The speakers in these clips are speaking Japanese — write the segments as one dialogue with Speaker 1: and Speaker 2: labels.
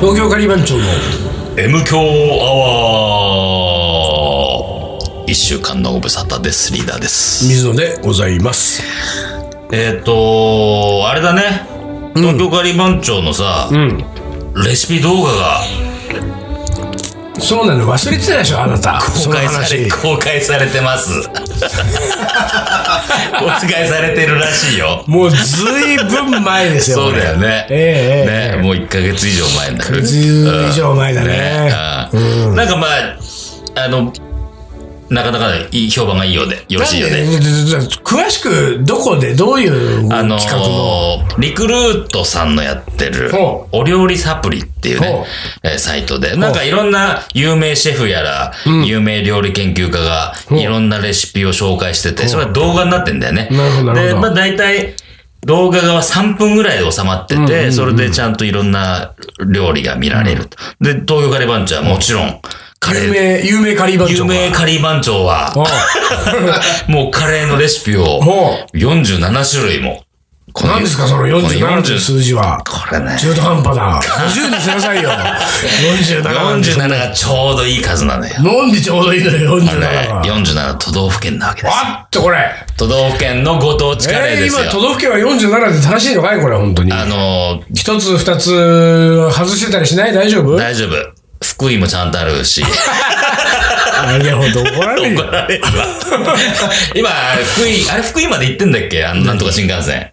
Speaker 1: 東京カリバン長の
Speaker 2: M 強アワー一週間のご無沙汰です。リーダーです。
Speaker 1: 水野でございます
Speaker 2: えっ、ー、とあれだね。東京カリバン長のさ、
Speaker 1: ん
Speaker 2: レシピ動画が
Speaker 1: そうなの忘れてたでしょあなた
Speaker 2: 公開され、
Speaker 1: その話
Speaker 2: 公開されてます。 公開されてるらしいよ。
Speaker 1: もうずいぶん前ですよ
Speaker 2: そうだよね。
Speaker 1: これええええ
Speaker 2: ね、もう1ヶ月以上前になる。
Speaker 1: 10以上前だね
Speaker 2: うんなんかまあ、あの、なかなかいい評判がいいようで、よろしいよね。
Speaker 1: なんで詳しくどこでどういう企
Speaker 2: あ
Speaker 1: 画
Speaker 2: の
Speaker 1: の、
Speaker 2: ーリクルートさんのやってる
Speaker 1: ほ、
Speaker 2: お料理サプリっていう
Speaker 1: ほう
Speaker 2: ね、えーサイトで、なんかいろんな有名シェフやら、有名料理研究家が、いろんなレシピを紹介してて、それは動画になってんだよね。
Speaker 1: なるほどなる
Speaker 2: で、
Speaker 1: ほど
Speaker 2: まあ大体、動画が3分ぐらいで収まってて、それでちゃんといろんな料理が見られると。で、東京カレー番長はもちろん、カレ
Speaker 1: 有
Speaker 2: ー、
Speaker 1: 名有名カリバン長
Speaker 2: 有
Speaker 1: が
Speaker 2: 名カレー番長は、もうカレーのレシピを
Speaker 1: ほう
Speaker 2: 47種類も。この
Speaker 1: 何ですかその47という数字は
Speaker 2: これね。
Speaker 1: 中途半端だ50にしなさいよ47なんて
Speaker 2: 47がちょうどいい数なのよ。
Speaker 1: なんでちょうどいいのよ47
Speaker 2: ね
Speaker 1: が
Speaker 2: 47都道府県なわけです。
Speaker 1: あっとこれ
Speaker 2: 都道府県のご当地カレー
Speaker 1: えー
Speaker 2: ですよ
Speaker 1: 今。都道府県は47で正しいのかいこれ本当に
Speaker 2: あのー、
Speaker 1: 一つ二つ外してたりしない大丈夫
Speaker 2: 大丈夫。福井もちゃんとあるし。
Speaker 1: あれほ ど怒られるよ
Speaker 2: あれは今、 福井、あれ福井まで行ってんだっけあの、なんとか新幹線。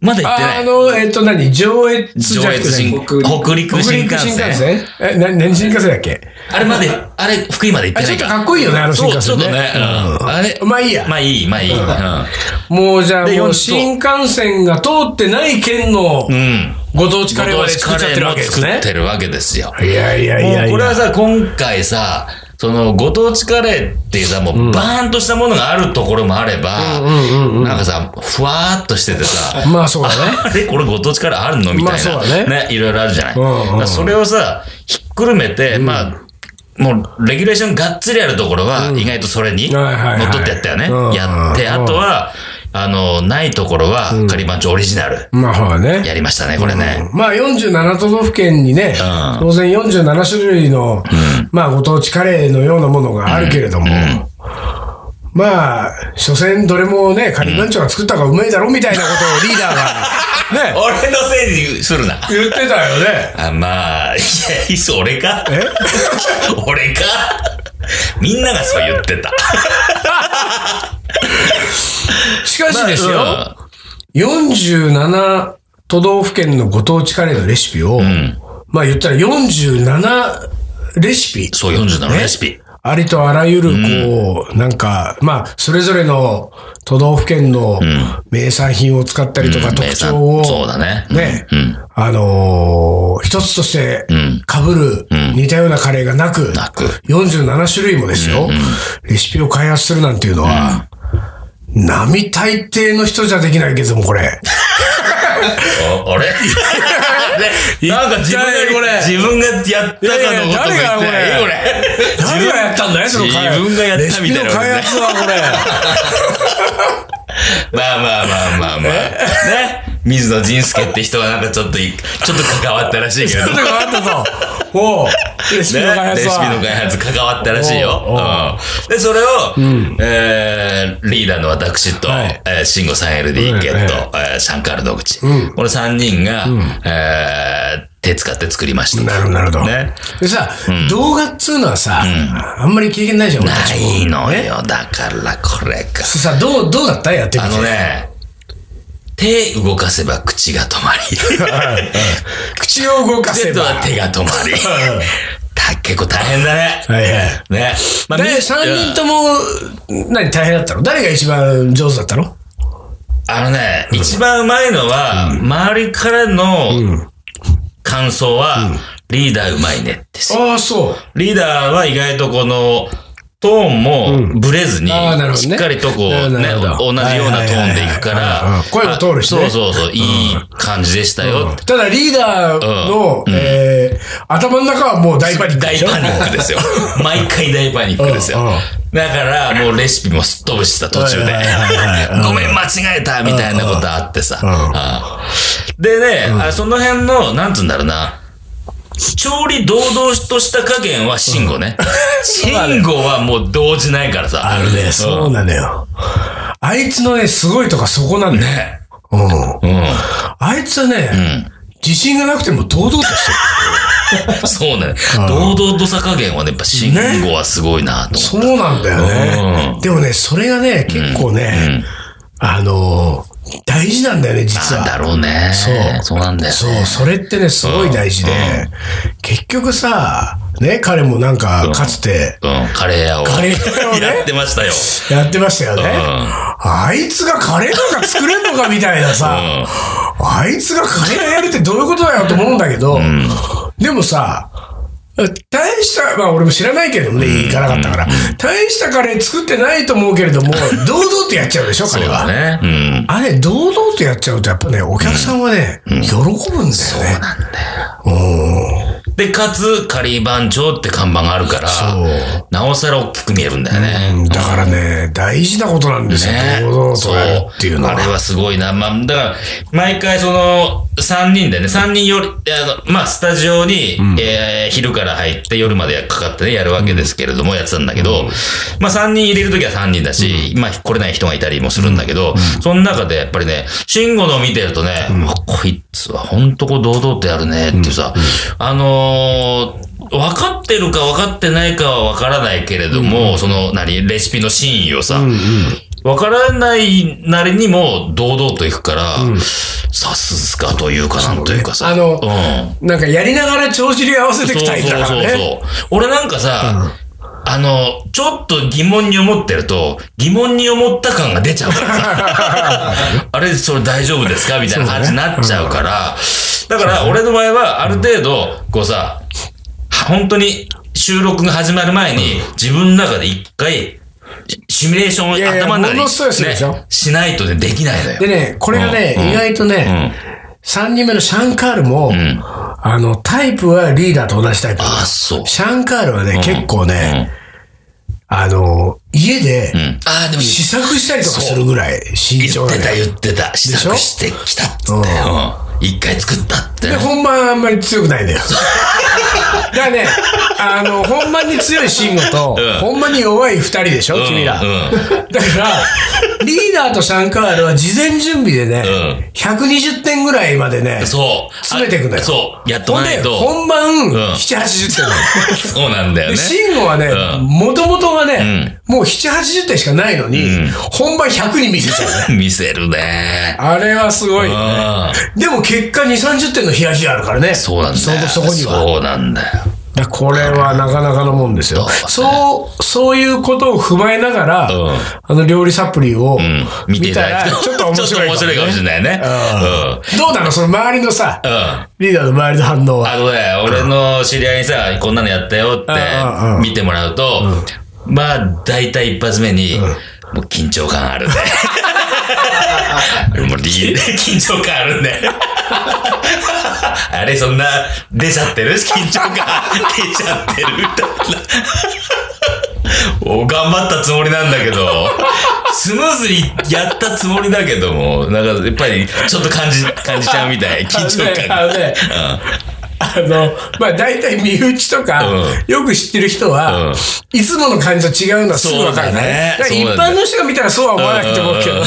Speaker 2: まだ行って
Speaker 1: あ
Speaker 2: な
Speaker 1: あ
Speaker 2: い。
Speaker 1: の、えっと、何上越じゃ
Speaker 2: 上
Speaker 1: なくて
Speaker 2: 越新、
Speaker 1: 何
Speaker 2: 北陸新幹
Speaker 1: 北陸
Speaker 2: 線。
Speaker 1: 線え、な、何新幹線だっけ
Speaker 2: あれまで、あれ、福井まで行っ
Speaker 1: あ
Speaker 2: て
Speaker 1: ちょ
Speaker 2: な
Speaker 1: っと
Speaker 2: いか。
Speaker 1: かっこいいよね、あの新
Speaker 2: そう、
Speaker 1: 幹線
Speaker 2: ちょっとね。
Speaker 1: ね。
Speaker 2: うんあれ、
Speaker 1: まあいいや
Speaker 2: まあいい、まあいい。うん
Speaker 1: もうじゃあ、
Speaker 2: で
Speaker 1: もう
Speaker 2: 四つ
Speaker 1: 新幹線が通ってない県の
Speaker 2: うん。
Speaker 1: ご当地カ
Speaker 2: カ
Speaker 1: レ
Speaker 2: レ
Speaker 1: ーま
Speaker 2: ーは
Speaker 1: で作っちゃってるわけです
Speaker 2: 作
Speaker 1: ね
Speaker 2: っ。てるわけですよ。
Speaker 1: いやいやい
Speaker 2: も
Speaker 1: や
Speaker 2: う
Speaker 1: い
Speaker 2: これは
Speaker 1: や。
Speaker 2: さ、今回さ、そのご当地カレーっていうさ、もううバーンとしたものがあるところもあれば、なんかさ、ふわーっとしててさ、
Speaker 1: まあそうだね。
Speaker 2: あれこれご当地カレーあるのみ
Speaker 1: まあ
Speaker 2: たいな、
Speaker 1: そうだね
Speaker 2: ねいろいろあるじゃない。
Speaker 1: うんうんうん
Speaker 2: だからそれをさ、ひっくるめて、まあ、もう、レギュレーションがっつりあるところは、意外とそれに、乗
Speaker 1: はいはいはい
Speaker 2: っ取ってやったよね
Speaker 1: うん。
Speaker 2: やって、あとは、あの、ないところは、カリバンチョオリジナル。
Speaker 1: まあそうだね。
Speaker 2: やりましたね、これね。
Speaker 1: まあ47都道府県にね、
Speaker 2: うん
Speaker 1: 当然47種類の、まあご当地カレーのようなものがあるけれども、まあ、所詮どれもね、カリバンチョが作ったかうめえだろみたいなことをリーダーが、ね、
Speaker 2: 俺のせいにするな。
Speaker 1: 言ってたよね。
Speaker 2: あ、まあ、いや、いっそ俺か
Speaker 1: え
Speaker 2: 俺かみんながそう言ってた。
Speaker 1: しかしですよ、
Speaker 2: ま
Speaker 1: 47都道府県のご当地カレーのレシピを、
Speaker 2: ん
Speaker 1: まあ言ったら47レシピ、
Speaker 2: そう、47のレシピ。
Speaker 1: ありとあらゆる、こう、なんか、まあ、それぞれの都道府県の名産品を使ったりとか、
Speaker 2: うん
Speaker 1: 特徴を、
Speaker 2: 名産そうだねうん
Speaker 1: ね
Speaker 2: うん、
Speaker 1: あのー一つとして
Speaker 2: ん、
Speaker 1: 被る、似たようなカレーがなく、
Speaker 2: なく
Speaker 1: 47種類もですよ、レシピを開発するなんていうのは、並大抵の人じゃできないけども、これ。
Speaker 2: お あれねなんか自分
Speaker 1: 一体こ
Speaker 2: が
Speaker 1: れ
Speaker 2: 自分がやったかのごとく言って
Speaker 1: いやいや誰がこれ
Speaker 2: えこれ
Speaker 1: 誰がやったんだいその開発。
Speaker 2: 自分がやったみたいな
Speaker 1: レシピの開発はこれ。
Speaker 2: まあまあまあまあまあ。ね。水野仁介って人はなんかちょっとい、ちょっと関わったらしいけれども。
Speaker 1: ちょっと変わったぞ。おうレシピの開
Speaker 2: ね、
Speaker 1: 発
Speaker 2: レシピ
Speaker 1: は。
Speaker 2: の開発関わったらしいよ。
Speaker 1: おうおう
Speaker 2: うん、で、それを、えーリーダーの私と、
Speaker 1: はい
Speaker 2: えーシンゴ 3LDK と、えーシャンカール野口、この3人が、えー手使って作りました。
Speaker 1: なるほど、なるほど。
Speaker 2: ね。
Speaker 1: でさ、動画っつうのはさ、あんまり経験ないじゃん、俺たち
Speaker 2: な
Speaker 1: も。
Speaker 2: いのよ。だから、これか。
Speaker 1: さ、どう、どうだったやってみ
Speaker 2: あ
Speaker 1: て。
Speaker 2: のね、手動かせば口が止まり。
Speaker 1: 口を動かせ
Speaker 2: 手と
Speaker 1: ば。
Speaker 2: は手が止まり。た結構大変だね。
Speaker 1: はいはい。
Speaker 2: ね。ま
Speaker 1: で、
Speaker 2: み
Speaker 1: 3人とも、何大変だったの誰が一番上手だったの
Speaker 2: あのね、一番うまいのは、周りからの感想は、リーダーうまいねですよ。
Speaker 1: ああ、そう。
Speaker 2: リーダーは意外とこの、トーンもブレずに、
Speaker 1: あーなるほど
Speaker 2: し
Speaker 1: ね
Speaker 2: っかりとこう、
Speaker 1: なるほど
Speaker 2: ね、
Speaker 1: なるほ
Speaker 2: 同
Speaker 1: ど
Speaker 2: じようなトーンでいくか
Speaker 1: はいはいはいはい
Speaker 2: ら
Speaker 1: うん、声も通るしね
Speaker 2: あそうそうそう、いい感じでしたよ。
Speaker 1: ただ、リーダーの、えー頭の中はもう大パニックで
Speaker 2: 大
Speaker 1: しょ。
Speaker 2: パニックですよ。毎回大パニックですよ
Speaker 1: うんうん。
Speaker 2: だから、もうレシピもすっ飛ぶしさ、途中
Speaker 1: は
Speaker 2: で
Speaker 1: いはいはいはい。
Speaker 2: ごめん、間違えたみたいなことあってさ。
Speaker 1: んうん
Speaker 2: ああでね、あその辺の、なんつうんだろうな。調理堂々とした加減は慎 吾ね。慎吾はもう動じないからさ。
Speaker 1: あるね、そうなのよ。あいつのね、すごいとかそこなんだよ。
Speaker 2: ね。
Speaker 1: うん。
Speaker 2: う
Speaker 1: あいつはね、自信がなくても堂々として
Speaker 2: ん。そうね。堂々とさ加減はね、やっぱ慎吾はすごいなと思
Speaker 1: る。そうなんだよね。でもね、それがね、結構
Speaker 2: う
Speaker 1: ね
Speaker 2: ん、
Speaker 1: あのー、大事なんだよね、実
Speaker 2: う。
Speaker 1: は。
Speaker 2: だろうね。
Speaker 1: そう。
Speaker 2: そうなんだよ。
Speaker 1: そう、それってね、すごい大事で、結局さ、ね、彼もなんか、かつて、
Speaker 2: うん、カレー屋を。
Speaker 1: カレー屋をね
Speaker 2: やってましたよ。
Speaker 1: やってましたよね。
Speaker 2: ん
Speaker 1: あいつがカレーなんか作れんのかみたいなさ、
Speaker 2: うん
Speaker 1: あいつがカレーやるってどういうことだよと思うんだけど、でもさ、大した、まあ俺も知らないけれどもね、行かなかったから、大したカレー作ってないと思うけれども、堂々とやっちゃうでしょ、
Speaker 2: そ
Speaker 1: 彼
Speaker 2: う
Speaker 1: は。
Speaker 2: だね。うん。
Speaker 1: あれ、堂々とやっちゃうと、やっぱね、お客さんはね、喜ぶんだよね。
Speaker 2: で、かつ、カリー番長って看板があるから
Speaker 1: そ、
Speaker 2: なおさら大きく見えるんだよね。
Speaker 1: うんだからね、大事なことなんですよ、
Speaker 2: ね
Speaker 1: 堂々とやるっていうの
Speaker 2: そ
Speaker 1: は
Speaker 2: あれ。はすごいな。まあ、だから、毎回その、3人でね、3人より、あの、まあ、スタジオに、えー昼から入って夜までかかってね、やるわけですけれども、やってたんだけど、まあ、3人入れるときは3人だし、まあ、来れない人がいたりもするんだけど、その中でやっぱりね、慎吾のを見てるとね、あこいつはほんとこう堂々とやるねっていうさ、あのー分かってるか分かってないかは分からないけれども、その、何、レシピの真意をさ、わからないなりにも堂々と行くから、さすがというかなんというかさ。
Speaker 1: あの
Speaker 2: うん。
Speaker 1: なんかやりながら調子に合わせてい
Speaker 2: そう
Speaker 1: きたいんだから
Speaker 2: そうそう
Speaker 1: ね。
Speaker 2: そう。俺なんかさ、あの、ちょっと疑問に思ってると、疑問に思った感が出ちゃうから さ。あれ、それ大丈夫ですかみたいな感じになっちゃうから。だから、俺の場合は、ある程度、こうさ、本当に収録が始まる前に、自分の中で一回、シミュレーションを
Speaker 1: いやいや
Speaker 2: 頭の中
Speaker 1: ものすごいするでしょ
Speaker 2: ねしないとね、できないのよ。
Speaker 1: でね、これがね、
Speaker 2: うん
Speaker 1: 意外とね、3人目のシャンカールも、
Speaker 2: ん
Speaker 1: あの、タイプはリーダーと同じタイプ。
Speaker 2: あ、そう。
Speaker 1: シャンカールはね、結構ね、あの、家で
Speaker 2: うん。ああ、でも
Speaker 1: 試作したりとかするぐらい慎
Speaker 2: 言
Speaker 1: 重
Speaker 2: っ
Speaker 1: な
Speaker 2: て
Speaker 1: の
Speaker 2: た
Speaker 1: よ
Speaker 2: 言ってた。試
Speaker 1: しょ
Speaker 2: 作してきたっつって。うん一回作ったって。
Speaker 1: で、本番あんまり強くないんだよ。 だからね、あの、本番に強い慎吾と、本番に弱い二人でしょ、君ら。
Speaker 2: うん
Speaker 1: だから、リーダーとシャンカールは事前準備でね、
Speaker 2: うん
Speaker 1: 120点ぐらいまでね、
Speaker 2: そう。
Speaker 1: 詰めてくのよ
Speaker 2: あそう。やっと
Speaker 1: ほん
Speaker 2: ない
Speaker 1: で、
Speaker 2: と。
Speaker 1: 本番、
Speaker 2: ん
Speaker 1: 7、80点なの。
Speaker 2: そうなんだよ
Speaker 1: で、
Speaker 2: ね。
Speaker 1: 慎吾はね
Speaker 2: う、
Speaker 1: もともとがね、もう7、80点しかないのに、本番100に見せちゃうね。
Speaker 2: 見せるね。
Speaker 1: あれはすごいよね。
Speaker 2: うん。
Speaker 1: でも結果2、30点のヒヤヒヤあるからね。
Speaker 2: そうなんだよ。
Speaker 1: そそこには。
Speaker 2: そうなんだよ。
Speaker 1: だこれはなかなかのもんですよ。
Speaker 2: そ
Speaker 1: そう、そういうことを踏まえながら、
Speaker 2: うん
Speaker 1: あの料理サプリを
Speaker 2: うん。見て
Speaker 1: 見
Speaker 2: い
Speaker 1: た
Speaker 2: ただ
Speaker 1: ら、
Speaker 2: いて。
Speaker 1: ちょっと面白い
Speaker 2: ちょっと面白いかもしれないね。うん。
Speaker 1: どうなのその周りのさ、
Speaker 2: うん。
Speaker 1: リーダーの周りの反応は。
Speaker 2: あのね、俺の知り合いにさ、こんなのやったよって
Speaker 1: うんうんうん
Speaker 2: 見てもらうと、まあ、大体一発目に、もう緊張感ある ね。もうリー 緊張感あるね。 あれ、そんな、出ちゃってる緊張感出ちゃってるみたいな。お頑張ったつもりなんだけど、スムーズにやったつもりだけども、なんかやっぱりちょっと感じ、感じちゃうみたい。緊張感
Speaker 1: あ
Speaker 2: が。
Speaker 1: のね、あの、まあ大体身内とか、
Speaker 2: うん
Speaker 1: よく知ってる人は、
Speaker 2: うん
Speaker 1: いつもの感じと違うのはすぐわかるね。
Speaker 2: そ
Speaker 1: だ
Speaker 2: うだね
Speaker 1: から一般の人が見たらそうは思わないと思うけど、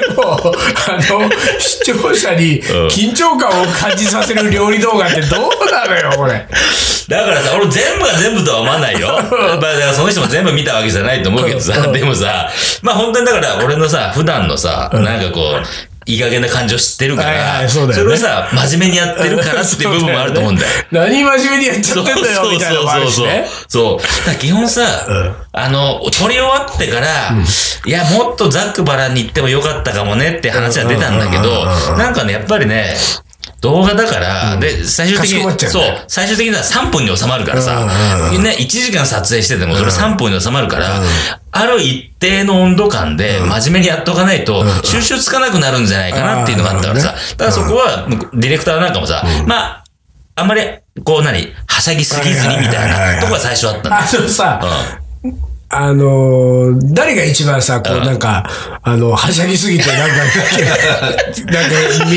Speaker 1: でも、あの、視聴者に緊張感を感じさせる料理動画ってどうなのよ、これ。
Speaker 2: だからさ、俺全部が全部とは思わな いよ。まあ、だからその人も全部見たわけじゃないと思うけどさ、でもさ、まあ本当にだから俺のさ、普段のさ、なんかこう、いい加減な感じを知ってるか
Speaker 1: はいは
Speaker 2: ら、
Speaker 1: いそうだよね
Speaker 2: れをさ、真面目にやってるからっていう部分もあると思うんだよ。
Speaker 1: 何真面目にやっちゃ
Speaker 2: そ
Speaker 1: っ
Speaker 2: う
Speaker 1: てんだよ、みたいなのもあるしね。
Speaker 2: そうそうそうそう。だから基本さ、あの、撮り終わってから、いや、もっとざっくばらんに行ってもよかったかもねって話は出たんだけ
Speaker 1: うんうんうんうんう
Speaker 2: ど、なんかね、やっぱりね、動画だから、で、最終的
Speaker 1: かしこまっち
Speaker 2: に、
Speaker 1: ゃう
Speaker 2: そ
Speaker 1: ね
Speaker 2: う、最終的には3分に収まるからさ
Speaker 1: うんうん、
Speaker 2: ね、1時間撮影しててもそれ3分に収まるから、ある一定の温度感で真面目にやっとかないと、収集つかなくなるんじゃないかなっていうのがあったからさ
Speaker 1: あ、
Speaker 2: だからそこは、ディレクターなんかもさ、まあ、あんまり、こう何はしゃぎすぎずにみたいなとこが最初あったん
Speaker 1: あ
Speaker 2: です
Speaker 1: のさ、あのー誰が一番さ、こうなんか、あの、はしゃぎすぎて、 なんか、なんか、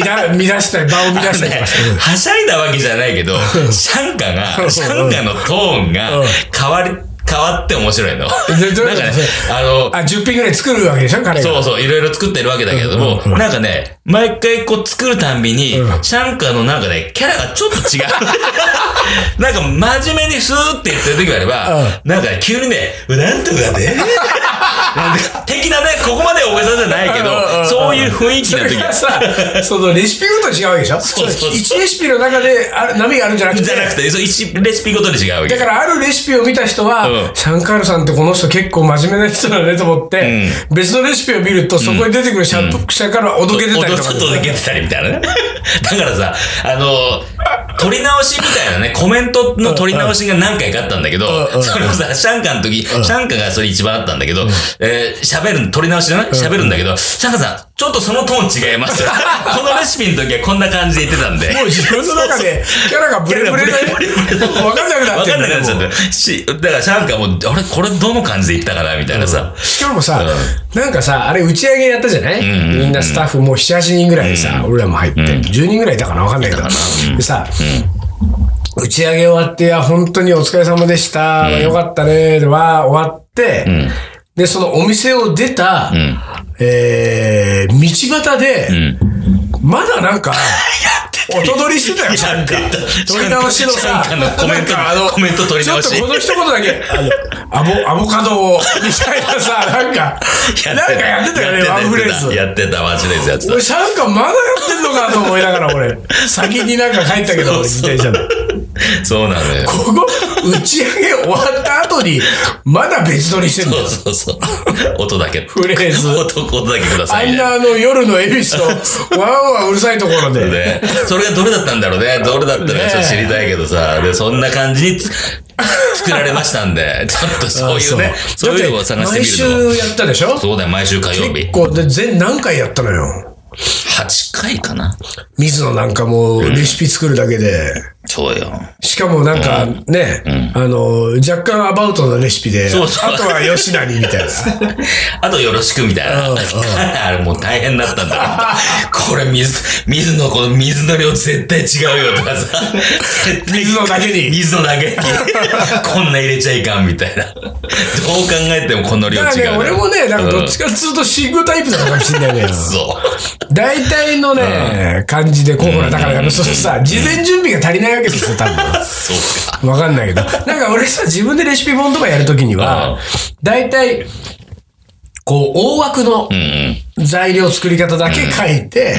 Speaker 1: 乱、乱したり、場を乱したりとかしてる。
Speaker 2: はしゃいだわけじゃないけど、シャンカ
Speaker 1: うん
Speaker 2: が、シャンカのトーンが
Speaker 1: うん
Speaker 2: 変わり、変わって面白いの。なんか
Speaker 1: で
Speaker 2: ね
Speaker 1: どういうこと、
Speaker 2: あの、
Speaker 1: あ、10品ぐらい作るわけでしょ彼が。
Speaker 2: そうそう、いろいろ作ってるわけだけれども、なんかね、毎回こう作るたんびに、
Speaker 1: うん
Speaker 2: シャンカーのなんかね、キャラがちょっと違う。 なんか真面目にスーって言ってる時があれば、なんかね急にね、なん とかね、なんか的なね、ここまで大げさじゃないけ
Speaker 1: うんうんうん
Speaker 2: ど、そういう雰囲気
Speaker 1: そ
Speaker 2: の
Speaker 1: れ
Speaker 2: 時
Speaker 1: が
Speaker 2: は、
Speaker 1: さ、そのレシピごと違うわけでしょ
Speaker 2: そうそうそう
Speaker 1: 1レシピの中である波があるんじゃなくて。
Speaker 2: じゃなくて、そう一レシピごとに違うわけ
Speaker 1: だ。からあるレシピを見た人は、
Speaker 2: うん
Speaker 1: シャンカールさんってこの人結構真面目な人だねと思って、別のレシピを見ると、そこに出てくるシャン,、シャンカールはお どけてたりとか。
Speaker 2: ちょっと抜けてたりみたいなね。 だからさ、あの、撮り直しみたいなね、コメントの撮り直しが何回かあったんだけど
Speaker 1: うんうん、
Speaker 2: それをさ、シャンカの時、シャンカがそれ一番あったんだけど、えー喋る、撮り直しでね、喋るんだけど、シャンカさん、ちょっとそのトーン違 います。このレシピの時はこんな感じで言ってたんで。
Speaker 1: もう自分の中でキャラがブレブレだね。わかんなくな
Speaker 2: わ
Speaker 1: って
Speaker 2: かん
Speaker 1: る
Speaker 2: なくなっちゃっ
Speaker 1: もう
Speaker 2: た。し、だからシャンカも、あれこれどの感じで言ったかなみたいなさ。
Speaker 1: しかもさ、なんかさ、あれ打ち上げやったじゃない、みんなスタッフもう7、8人ぐらいでさ、俺らも入って、10人ぐらいいたかなわかんないけど。でさ、打ち上げ終わって、いや、本当にお疲れ様でした。よかったね。では、終わって、で、そのお店を出た、
Speaker 2: ん
Speaker 1: えー、道端で、まだ なんか、おとどりしてたよ、シャンカ
Speaker 2: やってた
Speaker 1: 取り直しのさ、
Speaker 2: シャンカのコメント
Speaker 1: なんかあの
Speaker 2: コメント取り直し
Speaker 1: ちょっとこの一言だけ、あの、アボ、アボカドを、みたいな さ、なんか、なんかやってたよね、ワンフレーズ。
Speaker 2: やってた、ワンフレーズやってた
Speaker 1: 俺、。シャンカまだやってんのかと思いながら、 俺、先になんか帰ったけど、俺、自転車で。
Speaker 2: そうなのよ。
Speaker 1: ここ、打ち上げ終わった後に、まだ別撮りしてんの
Speaker 2: そうそうそう。音だけ。
Speaker 1: フレーズ
Speaker 2: 音音だけくだ
Speaker 1: あ
Speaker 2: さい
Speaker 1: ん
Speaker 2: ね。
Speaker 1: なあの夜の恵比寿と、わんわんうるさいところで。
Speaker 2: ね、それがどれだったんだろうね。どれだったの
Speaker 1: ね
Speaker 2: かちょっと知りたいけどさ。で、そんな感じにつ作られましたんで、ちょっとそういうね、そういうのを探してみる
Speaker 1: だって毎週やったでしょ
Speaker 2: と。そうだよ、毎週火曜日
Speaker 1: 結。構で全何回やったのよ。
Speaker 2: 8回かな。
Speaker 1: 水野なんかもうレシピ作るだけで。
Speaker 2: そうよ。
Speaker 1: しかもなんかね、あの、若干アバウトなレシピで、
Speaker 2: そうそう
Speaker 1: あとは吉成みたい な。
Speaker 2: あとよろしくみたいな。
Speaker 1: うんうん
Speaker 2: あれもう大変だったんだな。これ水、水のこの水の量絶対違うよとかさ。絶対
Speaker 1: 水のだけに
Speaker 2: 水の だけに。こんな入れちゃいかんみたいな。どう考えてもこの量
Speaker 1: だから
Speaker 2: 違
Speaker 1: ね、
Speaker 2: うな。
Speaker 1: 俺もね、なんかどっち
Speaker 2: か。
Speaker 1: かっつうとシングルタイプなのかもしれないね。
Speaker 2: そう。
Speaker 1: 大体のね、感じで、こう、ほら、だから、そのさ、事前準備が足りないわけですよ、多分。
Speaker 2: そうか。
Speaker 1: わかんないけど。なんか俺さ、自分でレシピ本とかやるときに
Speaker 2: う
Speaker 1: は
Speaker 2: ん、
Speaker 1: 大体、こう、大枠の
Speaker 2: うんうん。
Speaker 1: 材料作り方だけ書いて、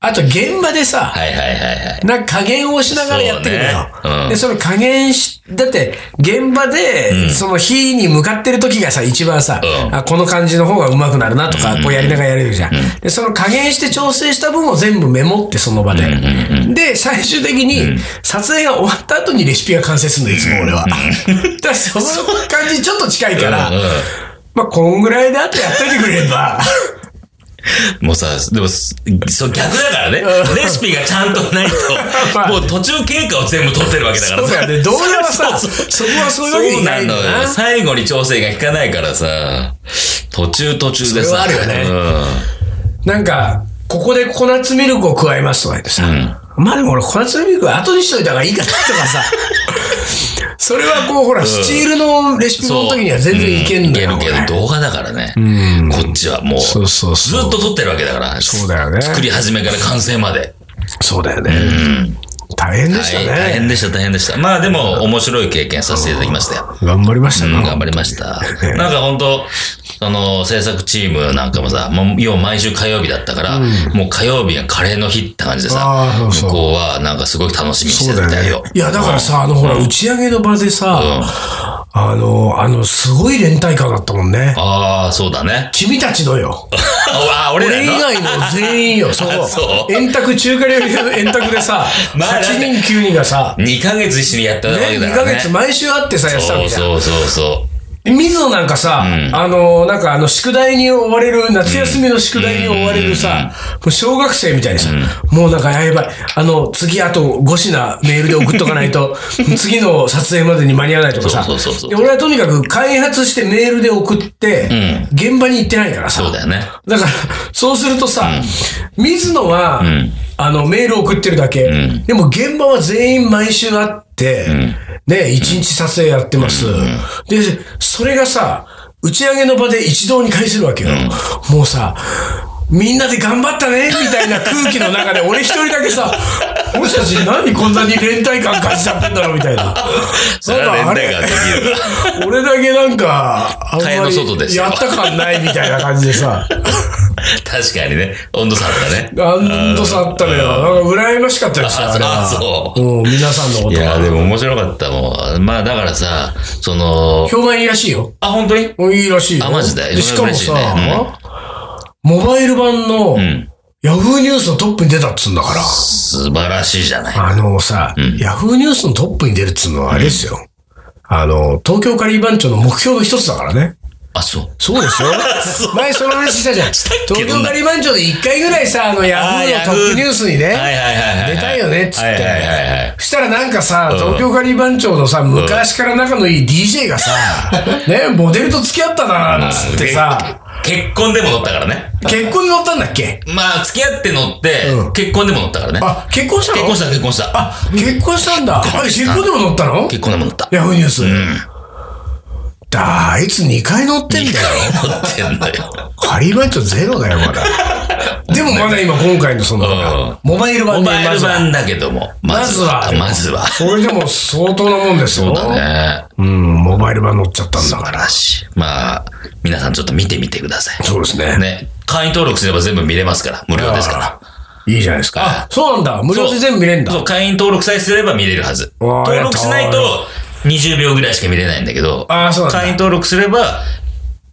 Speaker 1: あと現場でさ、
Speaker 2: はいはいはいはい。
Speaker 1: なんか加減をしながらやってるのよ。
Speaker 2: そうねうん
Speaker 1: で、その加減し、だって、現場で、その日に向かってる時がさ、一番さ、
Speaker 2: うん
Speaker 1: あこの感じの方が上手くなるなとか、こうやりながらやれるじゃん,、で、その加減して調整した分を全部メモって、その場で、で、最終的に、撮影が終わった後にレシピが完成するの、いつも俺は。だからその感じにちょっと近いから、
Speaker 2: うんうん
Speaker 1: まあ、こんぐらいだってやっといてくれれば、
Speaker 2: もうさ、でも、すそう逆だからね。レシピがちゃんとない
Speaker 1: まあ
Speaker 2: と、もう途中経過を全部取ってるわけだから
Speaker 1: そうだよね。動画はさ、
Speaker 2: そうそう
Speaker 1: そこはそういうわけ
Speaker 2: そ
Speaker 1: に
Speaker 2: う
Speaker 1: いか
Speaker 2: な
Speaker 1: ないん
Speaker 2: の
Speaker 1: だな
Speaker 2: よ。。最後に調整が効かないからさ、途中途中で
Speaker 1: それは
Speaker 2: さ。
Speaker 1: あるよね
Speaker 2: う
Speaker 1: なんか、ここでココナッツミルクを加えますとか言ってさ、まあでも俺ココナッツミルクは後にしといた方がいいかなとか さ、それはこうほら、スチールのレシピ
Speaker 2: ん。
Speaker 1: の時には全然いけんのよ。
Speaker 2: いける
Speaker 1: こ
Speaker 2: け
Speaker 1: れ
Speaker 2: ど、動画だからね。こっちはもう、
Speaker 1: そうそうそう
Speaker 2: ずっと撮ってるわけだから。
Speaker 1: そうだよね
Speaker 2: 作り始めから完成まで。
Speaker 1: そうだよね。大変でした
Speaker 2: はい大変
Speaker 1: ね。
Speaker 2: でした、大変でした。まあでも、面白い経験させていただきましたよ。
Speaker 1: 頑張りました
Speaker 2: うん
Speaker 1: な。
Speaker 2: 頑張りました。なんか本当その、制作チームなんかもさ、もう、要は毎週火曜日だったから、もう火曜日がカレーの日って感じ
Speaker 1: あ
Speaker 2: でさ
Speaker 1: ー、そうそう
Speaker 2: 向こうはなんかすごい楽しみにし
Speaker 1: そう
Speaker 2: て
Speaker 1: だ
Speaker 2: たみたい
Speaker 1: よ
Speaker 2: よ
Speaker 1: ね。。いや、だからさ、あのほら、打ち上げの場でさ、あの、あの、すごい連帯感だったもんね。
Speaker 2: ああ、そうだね。
Speaker 1: 君たちのよ。
Speaker 2: ああ、 俺
Speaker 1: 俺
Speaker 2: ら
Speaker 1: 以外
Speaker 2: の。
Speaker 1: の全員よ。 そ
Speaker 2: あそう
Speaker 1: う。円卓、中華料理屋の円卓でさ、
Speaker 2: まあだって
Speaker 1: 8人9人がさ、
Speaker 2: 2ヶ月一緒にやったわ
Speaker 1: ね、
Speaker 2: けだ
Speaker 1: 2
Speaker 2: か
Speaker 1: ヶ
Speaker 2: らね。
Speaker 1: 月毎週会ってさ、やってたわ
Speaker 2: そ
Speaker 1: け
Speaker 2: う
Speaker 1: じゃん。
Speaker 2: そうそうそう。
Speaker 1: 水野なんかさ、
Speaker 2: うん
Speaker 1: あの、なんかあの、宿題に追われる、夏休みの宿題に追われるさ、もう小学生みたいにさ、もうなんか、あやばい、あの、次あと5品メールで送っとかない と、次の撮影までに間に合わないとかさ
Speaker 2: そうそうそうそ、う
Speaker 1: で俺はとにかく開発してメールで送って、現場に行ってないからさ、
Speaker 2: そうだよね。
Speaker 1: だから、そうするとさ、水野は、
Speaker 2: ん
Speaker 1: あの、メール送ってるだけ。でも、現場は全員毎週会って、ね、一日撮影やってます。で、それがさ、打ち上げの場で一堂に会するわけよ。もうさ、みんなで頑張ったねみたいな空気の中 で、俺一人だけさ、俺たち何こんなに連帯感感じちゃってんだろうみたいな。
Speaker 2: それは連帯感できるわ。
Speaker 1: 俺だけなんか、あん
Speaker 2: 蚊帳
Speaker 1: ま
Speaker 2: の外で
Speaker 1: り
Speaker 2: すよ
Speaker 1: やった感ないみたいな感じでさ。
Speaker 2: 確かにね。温度差あっ たね。
Speaker 1: 何度差あったのよ。なんか羨ましかったですよ、あれ
Speaker 2: あ、
Speaker 1: は。
Speaker 2: そう。
Speaker 1: うん、皆さんのこ
Speaker 2: い
Speaker 1: と
Speaker 2: や、
Speaker 1: が。
Speaker 2: でも面白かったもん。まあ、だからさ、その、
Speaker 1: 評判いいらしいよ。
Speaker 2: あ、本当に
Speaker 1: うんいいらしいよ。
Speaker 2: あマジで
Speaker 1: しかも
Speaker 2: 嬉しい
Speaker 1: さ
Speaker 2: ね、
Speaker 1: モバイル版の
Speaker 2: ん
Speaker 1: ヤフーニュースのトップに出たっつうんだから。
Speaker 2: 素晴らしいじゃない。
Speaker 1: あのさ、ヤフーニュースのトップに出るっつうのはあれですよ。あの、東京カリー番長の目標の一つだからね。
Speaker 2: あ、そう。
Speaker 1: そうですよ。 前その話したじゃん。
Speaker 2: たっけ
Speaker 1: 東京カリー番長で一回ぐらいさ、あの、ヤ
Speaker 2: あ
Speaker 1: フーのトップニュースにね。
Speaker 2: はいはいはいはい。
Speaker 1: 出たいよねっつって
Speaker 2: はいはいはいはい。
Speaker 1: したらなんかさ、東京カリー番長のさ、昔から仲のいい DJ がさ、ね、モデルと付き合ったな、つってさ、
Speaker 2: 結婚でも乗ったからね。
Speaker 1: 結婚に乗ったんだっけ
Speaker 2: まあ、付き合って乗って、
Speaker 1: うん
Speaker 2: 結婚でも乗ったからね。
Speaker 1: あ、結婚したの
Speaker 2: 結婚した、結婚した。あ、
Speaker 1: 結婚したんだ。あ結婚でも乗ったの
Speaker 2: 結婚でも乗った。
Speaker 1: ヤフーニュース。だ、あいつ2回乗ってんだよ。
Speaker 2: 乗ってんのよ。
Speaker 1: カリー番長ゼロだよ、ま だ。でもまだ今今回のその
Speaker 2: うん、
Speaker 1: モバイル
Speaker 2: モ
Speaker 1: 版で
Speaker 2: バイ
Speaker 1: ま
Speaker 2: ル
Speaker 1: ずは。
Speaker 2: 版だけども。
Speaker 1: まずは。
Speaker 2: まずは。
Speaker 1: これでも相当なもんですよ。
Speaker 2: そうだね。
Speaker 1: うん、モバイル版乗っちゃったんだから。
Speaker 2: らしい。まあ、皆さんちょっと見てみてください。
Speaker 1: そうですね。
Speaker 2: ね。会員登録すれば全部見れますから。無料ですから。
Speaker 1: いいじゃないです
Speaker 2: は
Speaker 1: か。そうなんだ。無料で全部見れんだ。
Speaker 2: そう、会員登録さえすれば見れるはず。
Speaker 1: わあ
Speaker 2: 登録しないと
Speaker 1: やっ
Speaker 2: 20秒ぐらいしか見れないんだけど、
Speaker 1: ああ、そうなん
Speaker 2: 会員
Speaker 1: だ。
Speaker 2: 登録すれば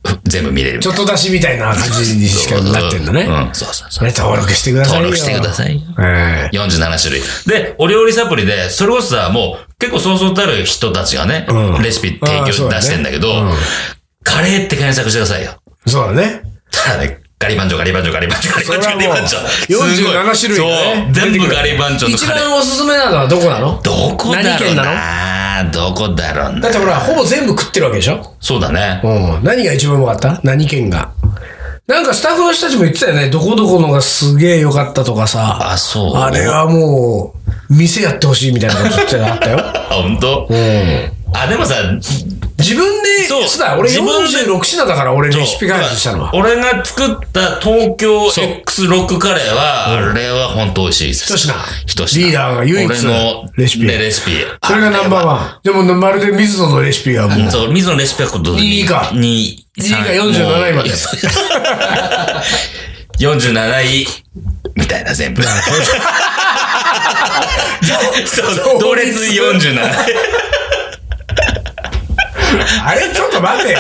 Speaker 2: ふ全部見れるみ
Speaker 1: ち
Speaker 2: た
Speaker 1: ょ
Speaker 2: い
Speaker 1: っ
Speaker 2: な。
Speaker 1: と出しみたいな感じにしかなってんだね。
Speaker 2: うんうん、そうそうそう。
Speaker 1: ね、登録してくださいよ。
Speaker 2: 登録してくださいよ。
Speaker 1: ええ
Speaker 2: 47種類。で、お料理サプリで、それこそさ、もう結構そうそうたる人たちがね、
Speaker 1: うん
Speaker 2: レシピ提
Speaker 1: ああそ
Speaker 2: 供
Speaker 1: うだ
Speaker 2: 出
Speaker 1: ね
Speaker 2: してんだけど、
Speaker 1: うん
Speaker 2: カレーって検索してくださいよ。
Speaker 1: そうだね。
Speaker 2: ただね、ガリバンチョ、ガリバンチョ、ガリバンチョ、ガリバンチョ、ガ
Speaker 1: それ
Speaker 2: リ
Speaker 1: は
Speaker 2: バ
Speaker 1: も
Speaker 2: ン
Speaker 1: う
Speaker 2: チ
Speaker 1: 47種類がね
Speaker 2: ョ。そう、全部ガリバンチョの
Speaker 1: 一
Speaker 2: カレー。
Speaker 1: 番おすすめなのはどこなの
Speaker 2: どこだ
Speaker 1: 何
Speaker 2: ろう
Speaker 1: 県なの
Speaker 2: などこだろう
Speaker 1: だ
Speaker 2: な
Speaker 1: ってほら、ほぼ全部食ってるわけでしょ
Speaker 2: そうだね。
Speaker 1: うん。何が一番うまかった何県が。なんかスタッフの人たちも言ってたよね。どこどこのがすげえ良かったとかさ。
Speaker 2: あ、そう。
Speaker 1: あれはもう、店やってほしいみたいなこと言ってたのあったよ。
Speaker 2: あ、本当。
Speaker 1: うん。
Speaker 2: あ、でもさ、
Speaker 1: 自分で、
Speaker 2: そう
Speaker 1: そうだ、俺
Speaker 2: 自分で
Speaker 1: 46品だから、俺レシピ開発したのは。
Speaker 2: 俺が作った東京 X6 カレーは、あれは本当美味しいです。
Speaker 1: 一品
Speaker 2: 一品。
Speaker 1: リーダーが唯一
Speaker 2: 俺の
Speaker 1: レシピ
Speaker 2: ねレシピ。
Speaker 1: それがナンバー
Speaker 2: あ
Speaker 1: ワン。でも、まるで水野のレシピはもう、
Speaker 2: れはそう、水野のレシピはこと
Speaker 1: いいか
Speaker 2: 2、
Speaker 1: いいか47位まで
Speaker 2: そう47位、みたいな全部。 そう、同列47位。
Speaker 1: あれ、ちょっと待てよ。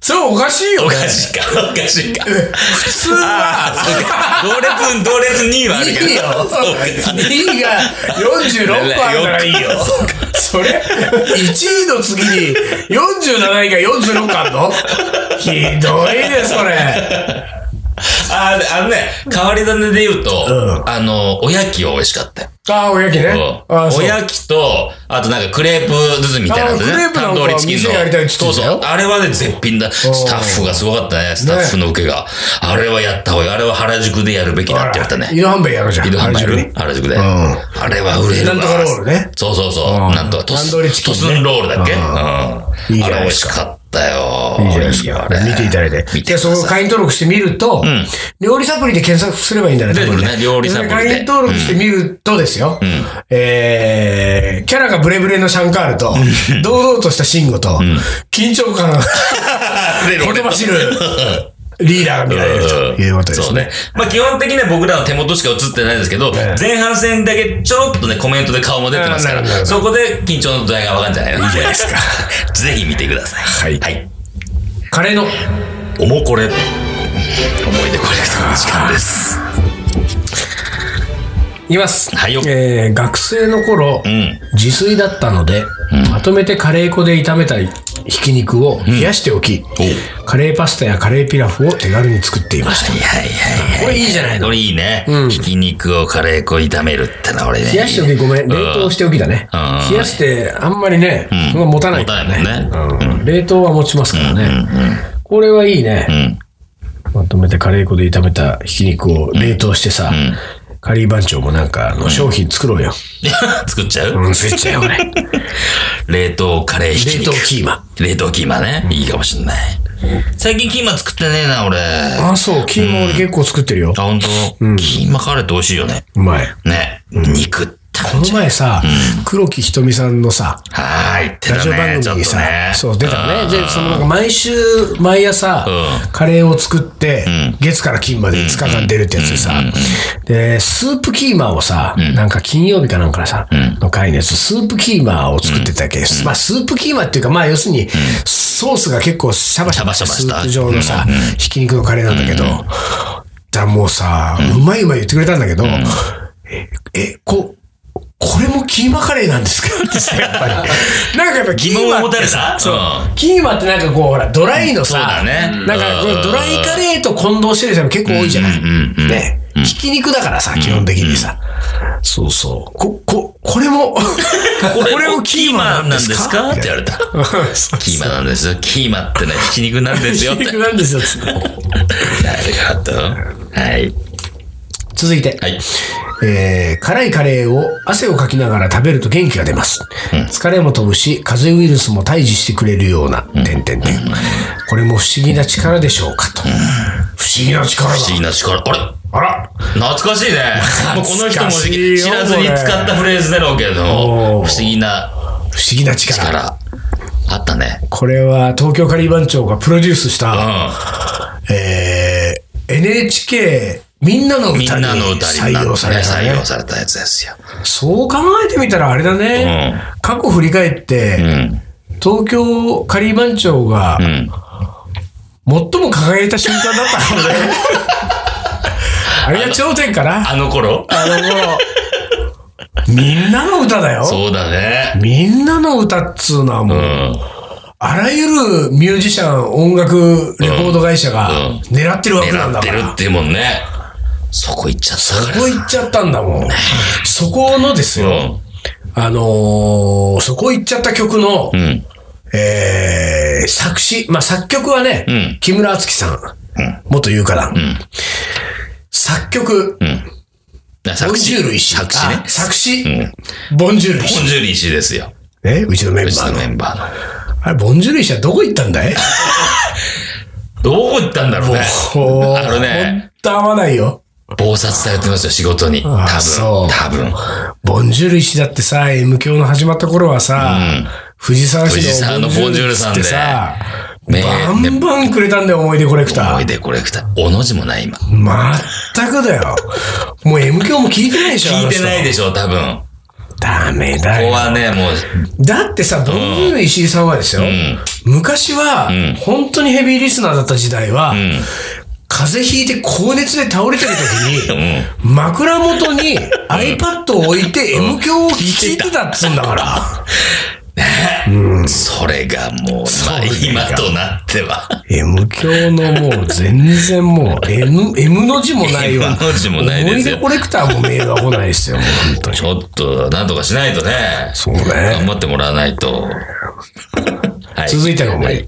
Speaker 1: それおかしいよ
Speaker 2: お
Speaker 1: ね。
Speaker 2: かしいか、おかしいか。
Speaker 1: 普通は、
Speaker 2: 同列、同列2位はあるけど。
Speaker 1: いいよ。
Speaker 2: そうか
Speaker 1: 2位が46個あるからいいよ。
Speaker 2: そうか
Speaker 1: それ、1位の次に47位が46個あるのひどいね、それ。
Speaker 2: ああのね、変わり種で言うと、
Speaker 1: うん
Speaker 2: あの、おやきは美味しかったよ。
Speaker 1: あ、おやきね。あ、
Speaker 2: お
Speaker 1: そう。
Speaker 2: やきと、あとなんかクレープ包みみたいなの
Speaker 1: あクレープなんか
Speaker 2: タンドリーチキン
Speaker 1: 店
Speaker 2: の
Speaker 1: やりたいって言
Speaker 2: そう
Speaker 1: ってた
Speaker 2: そ
Speaker 1: よ
Speaker 2: う。あれはね、絶品だ。スタッフがすごかったね、スタッフの受けが。あれはやった方がいい。あれは原宿でやるべきだって言われたね。
Speaker 1: 井戸半べやろうじゃん。
Speaker 2: 井戸半
Speaker 1: 原宿
Speaker 2: る
Speaker 1: に
Speaker 2: 原宿で。
Speaker 1: うん
Speaker 2: あれは売れるわ。
Speaker 1: なんとかロールね
Speaker 2: そうそうそう。
Speaker 1: うん
Speaker 2: なんとかト
Speaker 1: タン
Speaker 2: ス
Speaker 1: ドリーチキン
Speaker 2: ト
Speaker 1: ね
Speaker 2: スンロールだっけうん。あ
Speaker 1: いいじ
Speaker 2: れ
Speaker 1: ゃないで
Speaker 2: 美味
Speaker 1: す
Speaker 2: しかったよ。
Speaker 1: いいじゃないですか
Speaker 2: あれ。
Speaker 1: 見ていただいて。
Speaker 2: 見てく
Speaker 1: で、
Speaker 2: だ
Speaker 1: そこを
Speaker 2: さい。
Speaker 1: 会員登録してみると、料理サプリで検索すればいいんだね。
Speaker 2: 出てくるね
Speaker 1: 多分
Speaker 2: 料理サプリで
Speaker 1: 会員登録してみるとですよ、えー、キャラがブレブレのシャンカールと、堂々としたシンゴと、緊張感、ほとば しる リーダーが見られるということで
Speaker 2: そ
Speaker 1: す
Speaker 2: う
Speaker 1: ね。
Speaker 2: ね。まあ基本的には僕らの手元しか映ってないですけど、
Speaker 1: ええ
Speaker 2: 前半戦だけちょろっとね、コメントで顔も出てますか
Speaker 1: あなるほ
Speaker 2: ら、
Speaker 1: ど
Speaker 2: そこで緊張の度合いがわかるんじゃないのいいじゃないですか。ぜひ見てください。
Speaker 1: はい
Speaker 2: はい。
Speaker 1: カレーの、
Speaker 2: おもこれ、思い出コレクターの時間です。
Speaker 1: いきます。
Speaker 2: はいよ
Speaker 1: えー、学生の頃、
Speaker 2: うん。
Speaker 1: 自炊だったので、まとめてカレー粉で炒めたり、ひき肉を冷やしておき、カレーパスタやカレーピラフを手軽に作っていました。
Speaker 2: はいはいはい。
Speaker 1: これいいじゃないの
Speaker 2: これいいね。ひき肉をカレー粉炒めるってのは俺ね。
Speaker 1: 冷やしておき、ごめん、冷凍しておきだね
Speaker 2: う。ん
Speaker 1: 冷やして、あんまりね、そんな持たないからね。
Speaker 2: 持たないもんね
Speaker 1: うん冷凍は持ちますからね。これはいいね。
Speaker 2: うん。
Speaker 1: まとめてカレー粉で炒めたひき肉を冷凍してさ、カリー番長もなんか、あの、商品作ろうよ。
Speaker 2: 作っちゃう、
Speaker 1: うん、スイッチだよ、これ。
Speaker 2: 冷凍カレーひき
Speaker 1: 冷
Speaker 2: 肉
Speaker 1: 凍。キーマ。
Speaker 2: 冷凍キーマね。いいかもしんない。最近キーマ作ってねえな、俺。あ、
Speaker 1: あ、そう、キーマ俺結構作ってるよ。
Speaker 2: ほんと、キーマカレーって美味しいよね。
Speaker 1: うまい。
Speaker 2: ね。肉って
Speaker 1: こ
Speaker 2: 感
Speaker 1: の
Speaker 2: じ。は
Speaker 1: 前さ、黒木ひとみさんのさ、
Speaker 2: ーい。言って
Speaker 1: ラ
Speaker 2: た
Speaker 1: ジオ番
Speaker 2: ね。ちょ
Speaker 1: 組に
Speaker 2: っと
Speaker 1: さ、
Speaker 2: ね。
Speaker 1: そう、出たのね。
Speaker 2: ん
Speaker 1: で、そのなんか毎週、毎朝、
Speaker 2: う
Speaker 1: カレーを作って、月から金まで5日間出るってやつでさ、で、スープキーマをさ、なんか金曜日かなんかのさ、の回のやつ、スープキーマを作ってたっけ、まあ、スープキーマっていうか、まあ、要するに、ソースが結構シャバシャバ
Speaker 2: シャバシ
Speaker 1: ス
Speaker 2: ャ
Speaker 1: ー
Speaker 2: バした
Speaker 1: プ状のさ、ひき肉のカレーなんだけど、だからもうさ、うまいうまい言ってくれたんだけど、え、え、こ、これもキーマカレーなんですかってさ、やっ ぱり。なんかやっぱ
Speaker 2: 疑
Speaker 1: 疑
Speaker 2: 問を持たれた
Speaker 1: そう
Speaker 2: うん。
Speaker 1: キーマってなんかこう、ほら、ドライの
Speaker 2: そう
Speaker 1: さ、
Speaker 2: だね
Speaker 1: なんかこ
Speaker 2: うん
Speaker 1: うドライカレーと混同してる人も結構多いじゃない。ね。ひき肉だからさ、基本的にさ。そうそう。こ、こ、これも、
Speaker 2: これをキーマなんですかって言われた。
Speaker 1: た
Speaker 2: キーマなんですよ。キーマってね、ひき肉なんですよっ
Speaker 1: ひ
Speaker 2: て
Speaker 1: き。肉なんですよ、つって
Speaker 2: なるほど。はい。
Speaker 1: 続いて。
Speaker 2: はい。
Speaker 1: えー辛いカレーを汗をかきながら食べると元気が出ます。疲れも飛ぶし、風邪ウイルスも退治してくれるような、点々点。これも不思議な力でしょうかと。不思議な力だ
Speaker 2: 不。思議な力。あれ
Speaker 1: あら
Speaker 2: 懐かしいね。もうこの人
Speaker 1: 懐か
Speaker 2: も
Speaker 1: しいよ
Speaker 2: 知らずに使ったフレーズだろうけど、不
Speaker 1: おー
Speaker 2: 思議な
Speaker 1: 不思議な力。
Speaker 2: 力。あったね。
Speaker 1: これは東京カリー番長がプロデュースし
Speaker 2: う
Speaker 1: た、
Speaker 2: ん。
Speaker 1: えー NHK みんなの
Speaker 2: みん
Speaker 1: 歌に
Speaker 2: なの歌に
Speaker 1: 採
Speaker 2: な
Speaker 1: 用された、
Speaker 2: 採
Speaker 1: ね
Speaker 2: 用されたやつですよ。
Speaker 1: そう考えてみたらあれだね。過去振り返って、
Speaker 2: うん。
Speaker 1: 東京カリー番長が、
Speaker 2: ん
Speaker 1: 最も輝いた瞬間だった ので、あれが頂点かな。あ
Speaker 2: あの
Speaker 1: の
Speaker 2: 頃
Speaker 1: 頃、みんなの歌だよ。
Speaker 2: そうだね。
Speaker 1: みんなの歌っつうのはもう、
Speaker 2: うん。
Speaker 1: あらゆるミュージシャン、音楽、レコード会社が
Speaker 2: うん
Speaker 1: 狙ってるわけなん
Speaker 2: 狙
Speaker 1: だ
Speaker 2: って
Speaker 1: か
Speaker 2: る
Speaker 1: ら。
Speaker 2: ってもんね。そこ行っちゃったから
Speaker 1: そこ行っちゃったんだもん。そこのですよ、あのーそこ行っちゃった曲の、
Speaker 2: うん。うん。
Speaker 1: えー作詞、まあ、作曲はね、
Speaker 2: うん
Speaker 1: 木村敦樹さん、
Speaker 2: ん
Speaker 1: 元優香団、
Speaker 2: ん
Speaker 1: 作曲、ボン
Speaker 2: 作詞。
Speaker 1: ジュール石井
Speaker 2: 作詞ね
Speaker 1: あ。作詞、
Speaker 2: ん
Speaker 1: ボンジュール
Speaker 2: ボ
Speaker 1: 石井
Speaker 2: ンジュール石井ですよ。
Speaker 1: ね、うちのメンバ
Speaker 2: うちの
Speaker 1: ーの。
Speaker 2: メンバーの。
Speaker 1: あれ、ボンジュール石井はどこ行ったん だい
Speaker 2: どこ行ったんだろうね。
Speaker 1: ほ
Speaker 2: あのね、
Speaker 1: ほんと合わないよ。
Speaker 2: 暴殺されてますよ、仕事に。多分。
Speaker 1: あそう
Speaker 2: 多分。
Speaker 1: ボンジュール石井だってさ、M 教の始まった頃はさ、藤沢
Speaker 2: 藤沢
Speaker 1: 市
Speaker 2: の
Speaker 1: の
Speaker 2: ボ
Speaker 1: ボ
Speaker 2: ン
Speaker 1: ンジュ
Speaker 2: ジュー
Speaker 1: ー
Speaker 2: ル
Speaker 1: ル
Speaker 2: さ
Speaker 1: さ
Speaker 2: ん
Speaker 1: ん
Speaker 2: で
Speaker 1: ってさ、
Speaker 2: ね
Speaker 1: バンバンくれたんだよ、思い出コレクタ
Speaker 2: 思
Speaker 1: ー
Speaker 2: い。出コレクター。おの字もない、今。
Speaker 1: まったくだよ。もう M 教も聞いてないでしょ、
Speaker 2: 聞いてない
Speaker 1: で。
Speaker 2: でしょ、多分。
Speaker 1: ダメ
Speaker 2: こ
Speaker 1: だ
Speaker 2: こ
Speaker 1: よ。
Speaker 2: はね、もう、
Speaker 1: だってさ、ボンジュール石井さんはですよ、
Speaker 2: ん
Speaker 1: 昔は、本当にヘビーリスナーだった時代は、
Speaker 2: ん
Speaker 1: 風邪ひいて高熱で倒れてる時
Speaker 2: う
Speaker 1: に、
Speaker 2: ん。
Speaker 1: 枕元に iPad を置いて M 教を聞いてたっつうんだから。
Speaker 2: それがもう、まあ
Speaker 1: れが
Speaker 2: 今となっては。
Speaker 1: M 教のもう全然もう M、M の字もないような。
Speaker 2: M の字もないですよ
Speaker 1: 思い出コレクターもメールは来ないです よ、もう本当に。
Speaker 2: ちょっと、なんとかしないとね。
Speaker 1: そうね
Speaker 2: 頑。張ってもらわない と。は
Speaker 1: 続いてのお
Speaker 2: は
Speaker 1: 前
Speaker 2: い。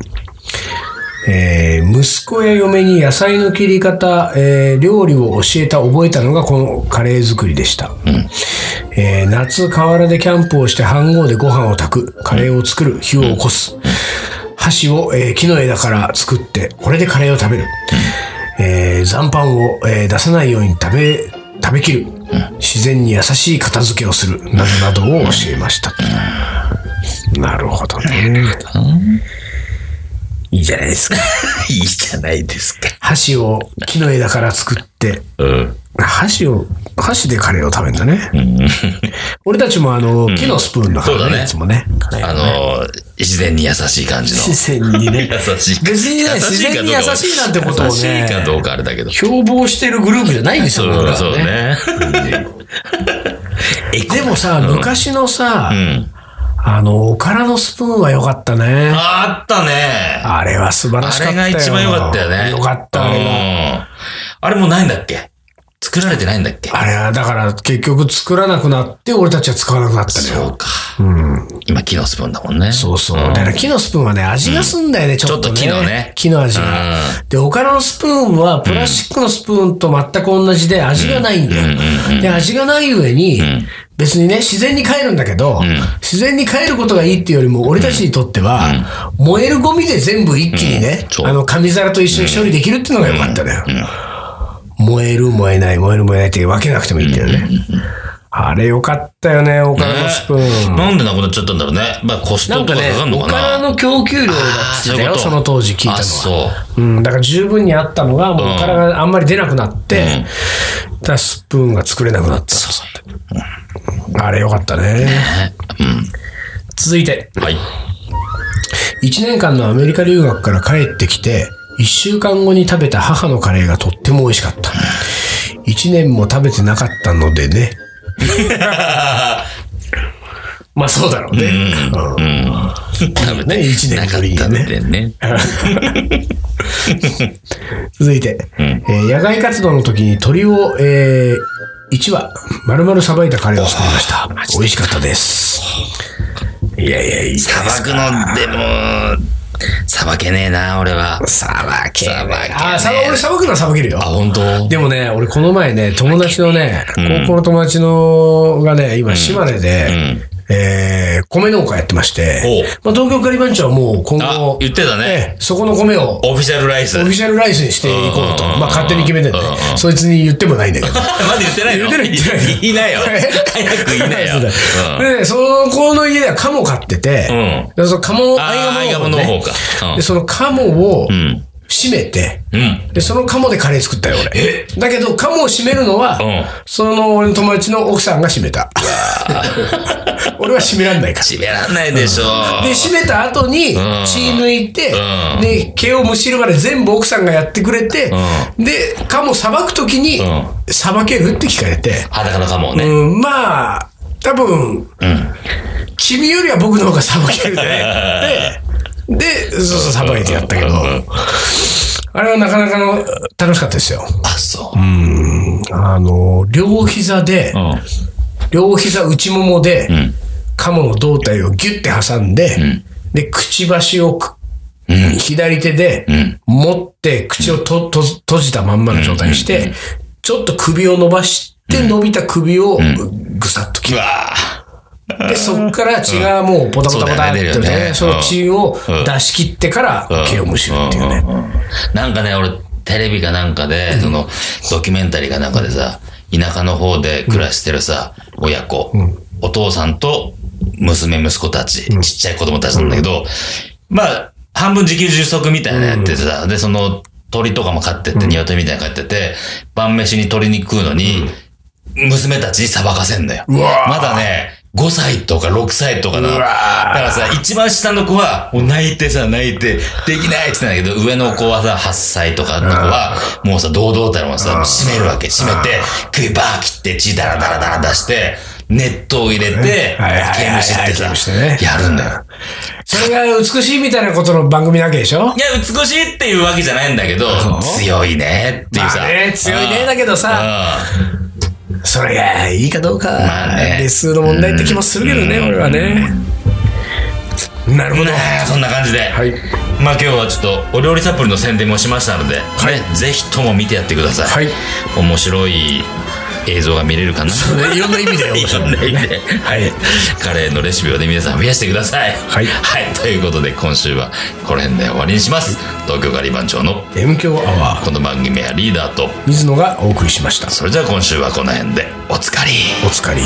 Speaker 1: えー息子や嫁に野菜の切り方、えー料理を教えた、覚えたのがこのカレー作りでした。えー夏、河原でキャンプをして飯盒でご飯を炊く、カレーを作る、火を起こす。箸を、えー木の枝から作って、これでカレーを食べる。えー残飯を、えー出さないように食べ、食べきる。自然に優しい片付けをする。などなどを教えました。なるほどね。 いいじゃないですか。
Speaker 2: いいじゃないですか。
Speaker 1: 箸を木の枝から作って、
Speaker 2: うん。
Speaker 1: 箸を、箸でカレーを食べるんだね。俺たちもあの、木のスプーンだからね、
Speaker 2: そうだね
Speaker 1: いつもね。カレー
Speaker 2: あのー、自然に優しい 感じの。
Speaker 1: 自然 にね。
Speaker 2: 優しい。
Speaker 1: 別にね
Speaker 2: 優しいかどうか
Speaker 1: 自然に優しいなんてことをね
Speaker 2: 優しいかどうかあれだけど。
Speaker 1: 標榜してるグループじゃないんですよ、僕らは
Speaker 2: そうね。
Speaker 1: でもさ、昔のさ、
Speaker 2: うん。
Speaker 1: あの、おからのスプーンは良かったね。
Speaker 2: ああったね。
Speaker 1: あれは素晴らし
Speaker 2: あ
Speaker 1: かった
Speaker 2: れ
Speaker 1: よ。
Speaker 2: が一番良かったよね。
Speaker 1: 良かった、あれは。
Speaker 2: うんあれもうないんだっけ作られてないんだっけ
Speaker 1: あれは、だから結局作らなくなって、俺たちは使わなくなったの
Speaker 2: そ
Speaker 1: よ。
Speaker 2: うか。今、木のスプーンだもんね。
Speaker 1: そうそう。
Speaker 2: ん
Speaker 1: だから木のスプーンはね、味がすんだよね、ちょっとね。
Speaker 2: ちょっと木のね
Speaker 1: 木の味が。で、おからのスプーンは、プラスチックのスプーンと全く同じで、味がないんだよ。で、味がない上に、別にね、自然に帰るんだけど、自然に帰ることがいいっていうよりも、俺たちにとっては、燃えるゴミで全部一気にね
Speaker 2: うん、そう
Speaker 1: あの、紙皿と一緒に処理できるっていうのが良かったのよ。燃える、燃えない、燃える、燃えないって分けなくてもいいんだよね。あれ良かったよね、おからのスプーン。
Speaker 2: ねなんでなくなっちゃったんだろうね。まあ、コス
Speaker 1: な
Speaker 2: ト
Speaker 1: ん
Speaker 2: と
Speaker 1: か
Speaker 2: か
Speaker 1: ね
Speaker 2: かか、んの
Speaker 1: お
Speaker 2: かな。
Speaker 1: からの供給量だって言ってた
Speaker 2: あーそういうこ
Speaker 1: よ、
Speaker 2: と
Speaker 1: その当時聞いたの
Speaker 2: あ、
Speaker 1: は。
Speaker 2: そう。
Speaker 1: うん、だから十分にあったのが、もう
Speaker 2: うん
Speaker 1: おからがあんまり出なくなって、だからスプーンが作れなくなった。あれよかったね。続いて、
Speaker 2: はい。
Speaker 1: 1年間のアメリカ留学から帰ってきて、1週間後に食べた母のカレーがとっても美味しかった。1年も食べてなかったので ね。まあそうだろうね。うん
Speaker 2: 食べ
Speaker 1: ね一年ぶりにね
Speaker 2: なかったんでね。
Speaker 1: 続いて、えー野外活動の時に鳥を、えー、1羽丸々さばいたカレーを作りました美味しかったですいやいやいい
Speaker 2: 砂漠の、でも、さばけねえな、俺は。
Speaker 1: さばけ
Speaker 2: さばけね
Speaker 1: あーさば俺さばくのはさばけるよ
Speaker 2: あ、本当
Speaker 1: でもね俺この前ね友達のね、高校の友達のがね今島根で、えー米農家やってまして、まあ、東京カリバンチはもう今
Speaker 2: あ
Speaker 1: 後、
Speaker 2: 言ってたね。
Speaker 1: ええそこの米を
Speaker 2: オフィシャルライス。
Speaker 1: オフィシャルライスにしていこうと。
Speaker 2: うんうんうん
Speaker 1: まあ勝手に決めてんで
Speaker 2: うんう、ん
Speaker 1: そいつに言ってもないんだけど。
Speaker 2: まだ言ってない
Speaker 1: 言
Speaker 2: の
Speaker 1: ってない言ってない
Speaker 2: 言いなよ。
Speaker 1: え
Speaker 2: 早く言いなよ。うん
Speaker 1: で、その子の家ではカモ飼ってて、でそのカモ、
Speaker 2: あー
Speaker 1: ア
Speaker 2: ア
Speaker 1: イ
Speaker 2: イ
Speaker 1: ガ
Speaker 2: ガ
Speaker 1: モ
Speaker 2: モ
Speaker 1: の
Speaker 2: の
Speaker 1: 方
Speaker 2: 方
Speaker 1: か
Speaker 2: か。
Speaker 1: で、そのカモを
Speaker 2: うん。
Speaker 1: 閉めて、
Speaker 2: うん。
Speaker 1: で、そのカモでカレー作ったよ、俺。だけど、カモを閉めるのは
Speaker 2: うん、
Speaker 1: その俺の友達の奥さんが閉めた。 俺は閉めらんないから。
Speaker 2: 閉めらんないでしょ。
Speaker 1: で、閉めた後に
Speaker 2: ん
Speaker 1: 血抜いて、
Speaker 2: うん
Speaker 1: で、毛をむしるまで全部奥さんがやってくれて、
Speaker 2: う
Speaker 1: で、カモさばくときに
Speaker 2: う、
Speaker 1: さばけるって聞かれて、
Speaker 2: 裸のカモをね。
Speaker 1: うん、まあ、多分、君よりは僕の方がさば けるね。で、で、そうそう、さばいてやったけど、あれはなかなかの楽しかったですよ。
Speaker 2: あ、そう。
Speaker 1: あの、両膝で、
Speaker 2: うん。
Speaker 1: 両膝内ももで、カモの胴体をギュッて挟んで、で、くちばしをく左手で持って、口をとと閉じたまんまの状態にして、ちょっと首を伸ばして、伸びた首をぐさっと切
Speaker 2: う
Speaker 1: る。
Speaker 2: わ
Speaker 1: で、そっから血がもうポタポタポタって
Speaker 2: そうだよね出るよ
Speaker 1: ね、
Speaker 2: ね
Speaker 1: その血を出し切ってから
Speaker 2: ー
Speaker 1: 毛をむしるっていうね。
Speaker 2: んんんなんかね、俺、テレビかなんかで、その、ドキュメンタリーかなんかでさ、田舎の方で暮らしてるさ、親子、お父さんと娘、息子たち、ちっちゃい子供たちなんだけど、まあ、半分自給自足みたいなのやっててさ、で、その、鳥とかも飼ってって、鶏みたいなの飼ってて、晩飯に鶏肉食うのに、娘たちにさばかせんだよ。まだね、5歳とか6歳とかな。だ
Speaker 1: う
Speaker 2: か
Speaker 1: わー
Speaker 2: らさ、一番下の子は、もう泣いてさ、泣いて、できないって言ってんだけど、上の子はさ、8歳とかの子は、もうさ、堂々たるもんさ、閉めるわけ。閉めて、首バー切って、血ダラダラダラ出して、熱湯を入れて、
Speaker 1: はいはいはい
Speaker 2: 毛
Speaker 1: はい
Speaker 2: 虫ってさ
Speaker 1: 毛虫ってね、
Speaker 2: やるんだよ。
Speaker 1: それが美しいみたいなことの番組なわけでしょ
Speaker 2: いや、美しいっていうわけじゃないんだけど、強いねっていうさ。
Speaker 1: まあね強いねだけどさ
Speaker 2: うん、
Speaker 1: それがいいかどうか、
Speaker 2: まあね
Speaker 1: レスの問題って気もするけどね、
Speaker 2: うん
Speaker 1: 俺はね。なるほど。
Speaker 2: ねえそんな感じで。
Speaker 1: い
Speaker 2: まあ今日はちょっとお料理サプリの宣伝もしましたので、ね、ぜひとも見てやってください。
Speaker 1: はい
Speaker 2: 面白い映像が見れるかな。
Speaker 1: ねいろんな意味でよ。
Speaker 2: いろんな意味で、はい、カレーのレシピをね、皆さん増やしてください。
Speaker 1: はい
Speaker 2: はい、ということで、今週はこの辺で終わりにします。東京ガリバン長の
Speaker 1: M 強アワ
Speaker 2: この番組はリーダー
Speaker 1: ー、
Speaker 2: と、
Speaker 1: 水野がお送りしました。
Speaker 2: それでは今週はこの辺でおつかり。
Speaker 1: お疲れ。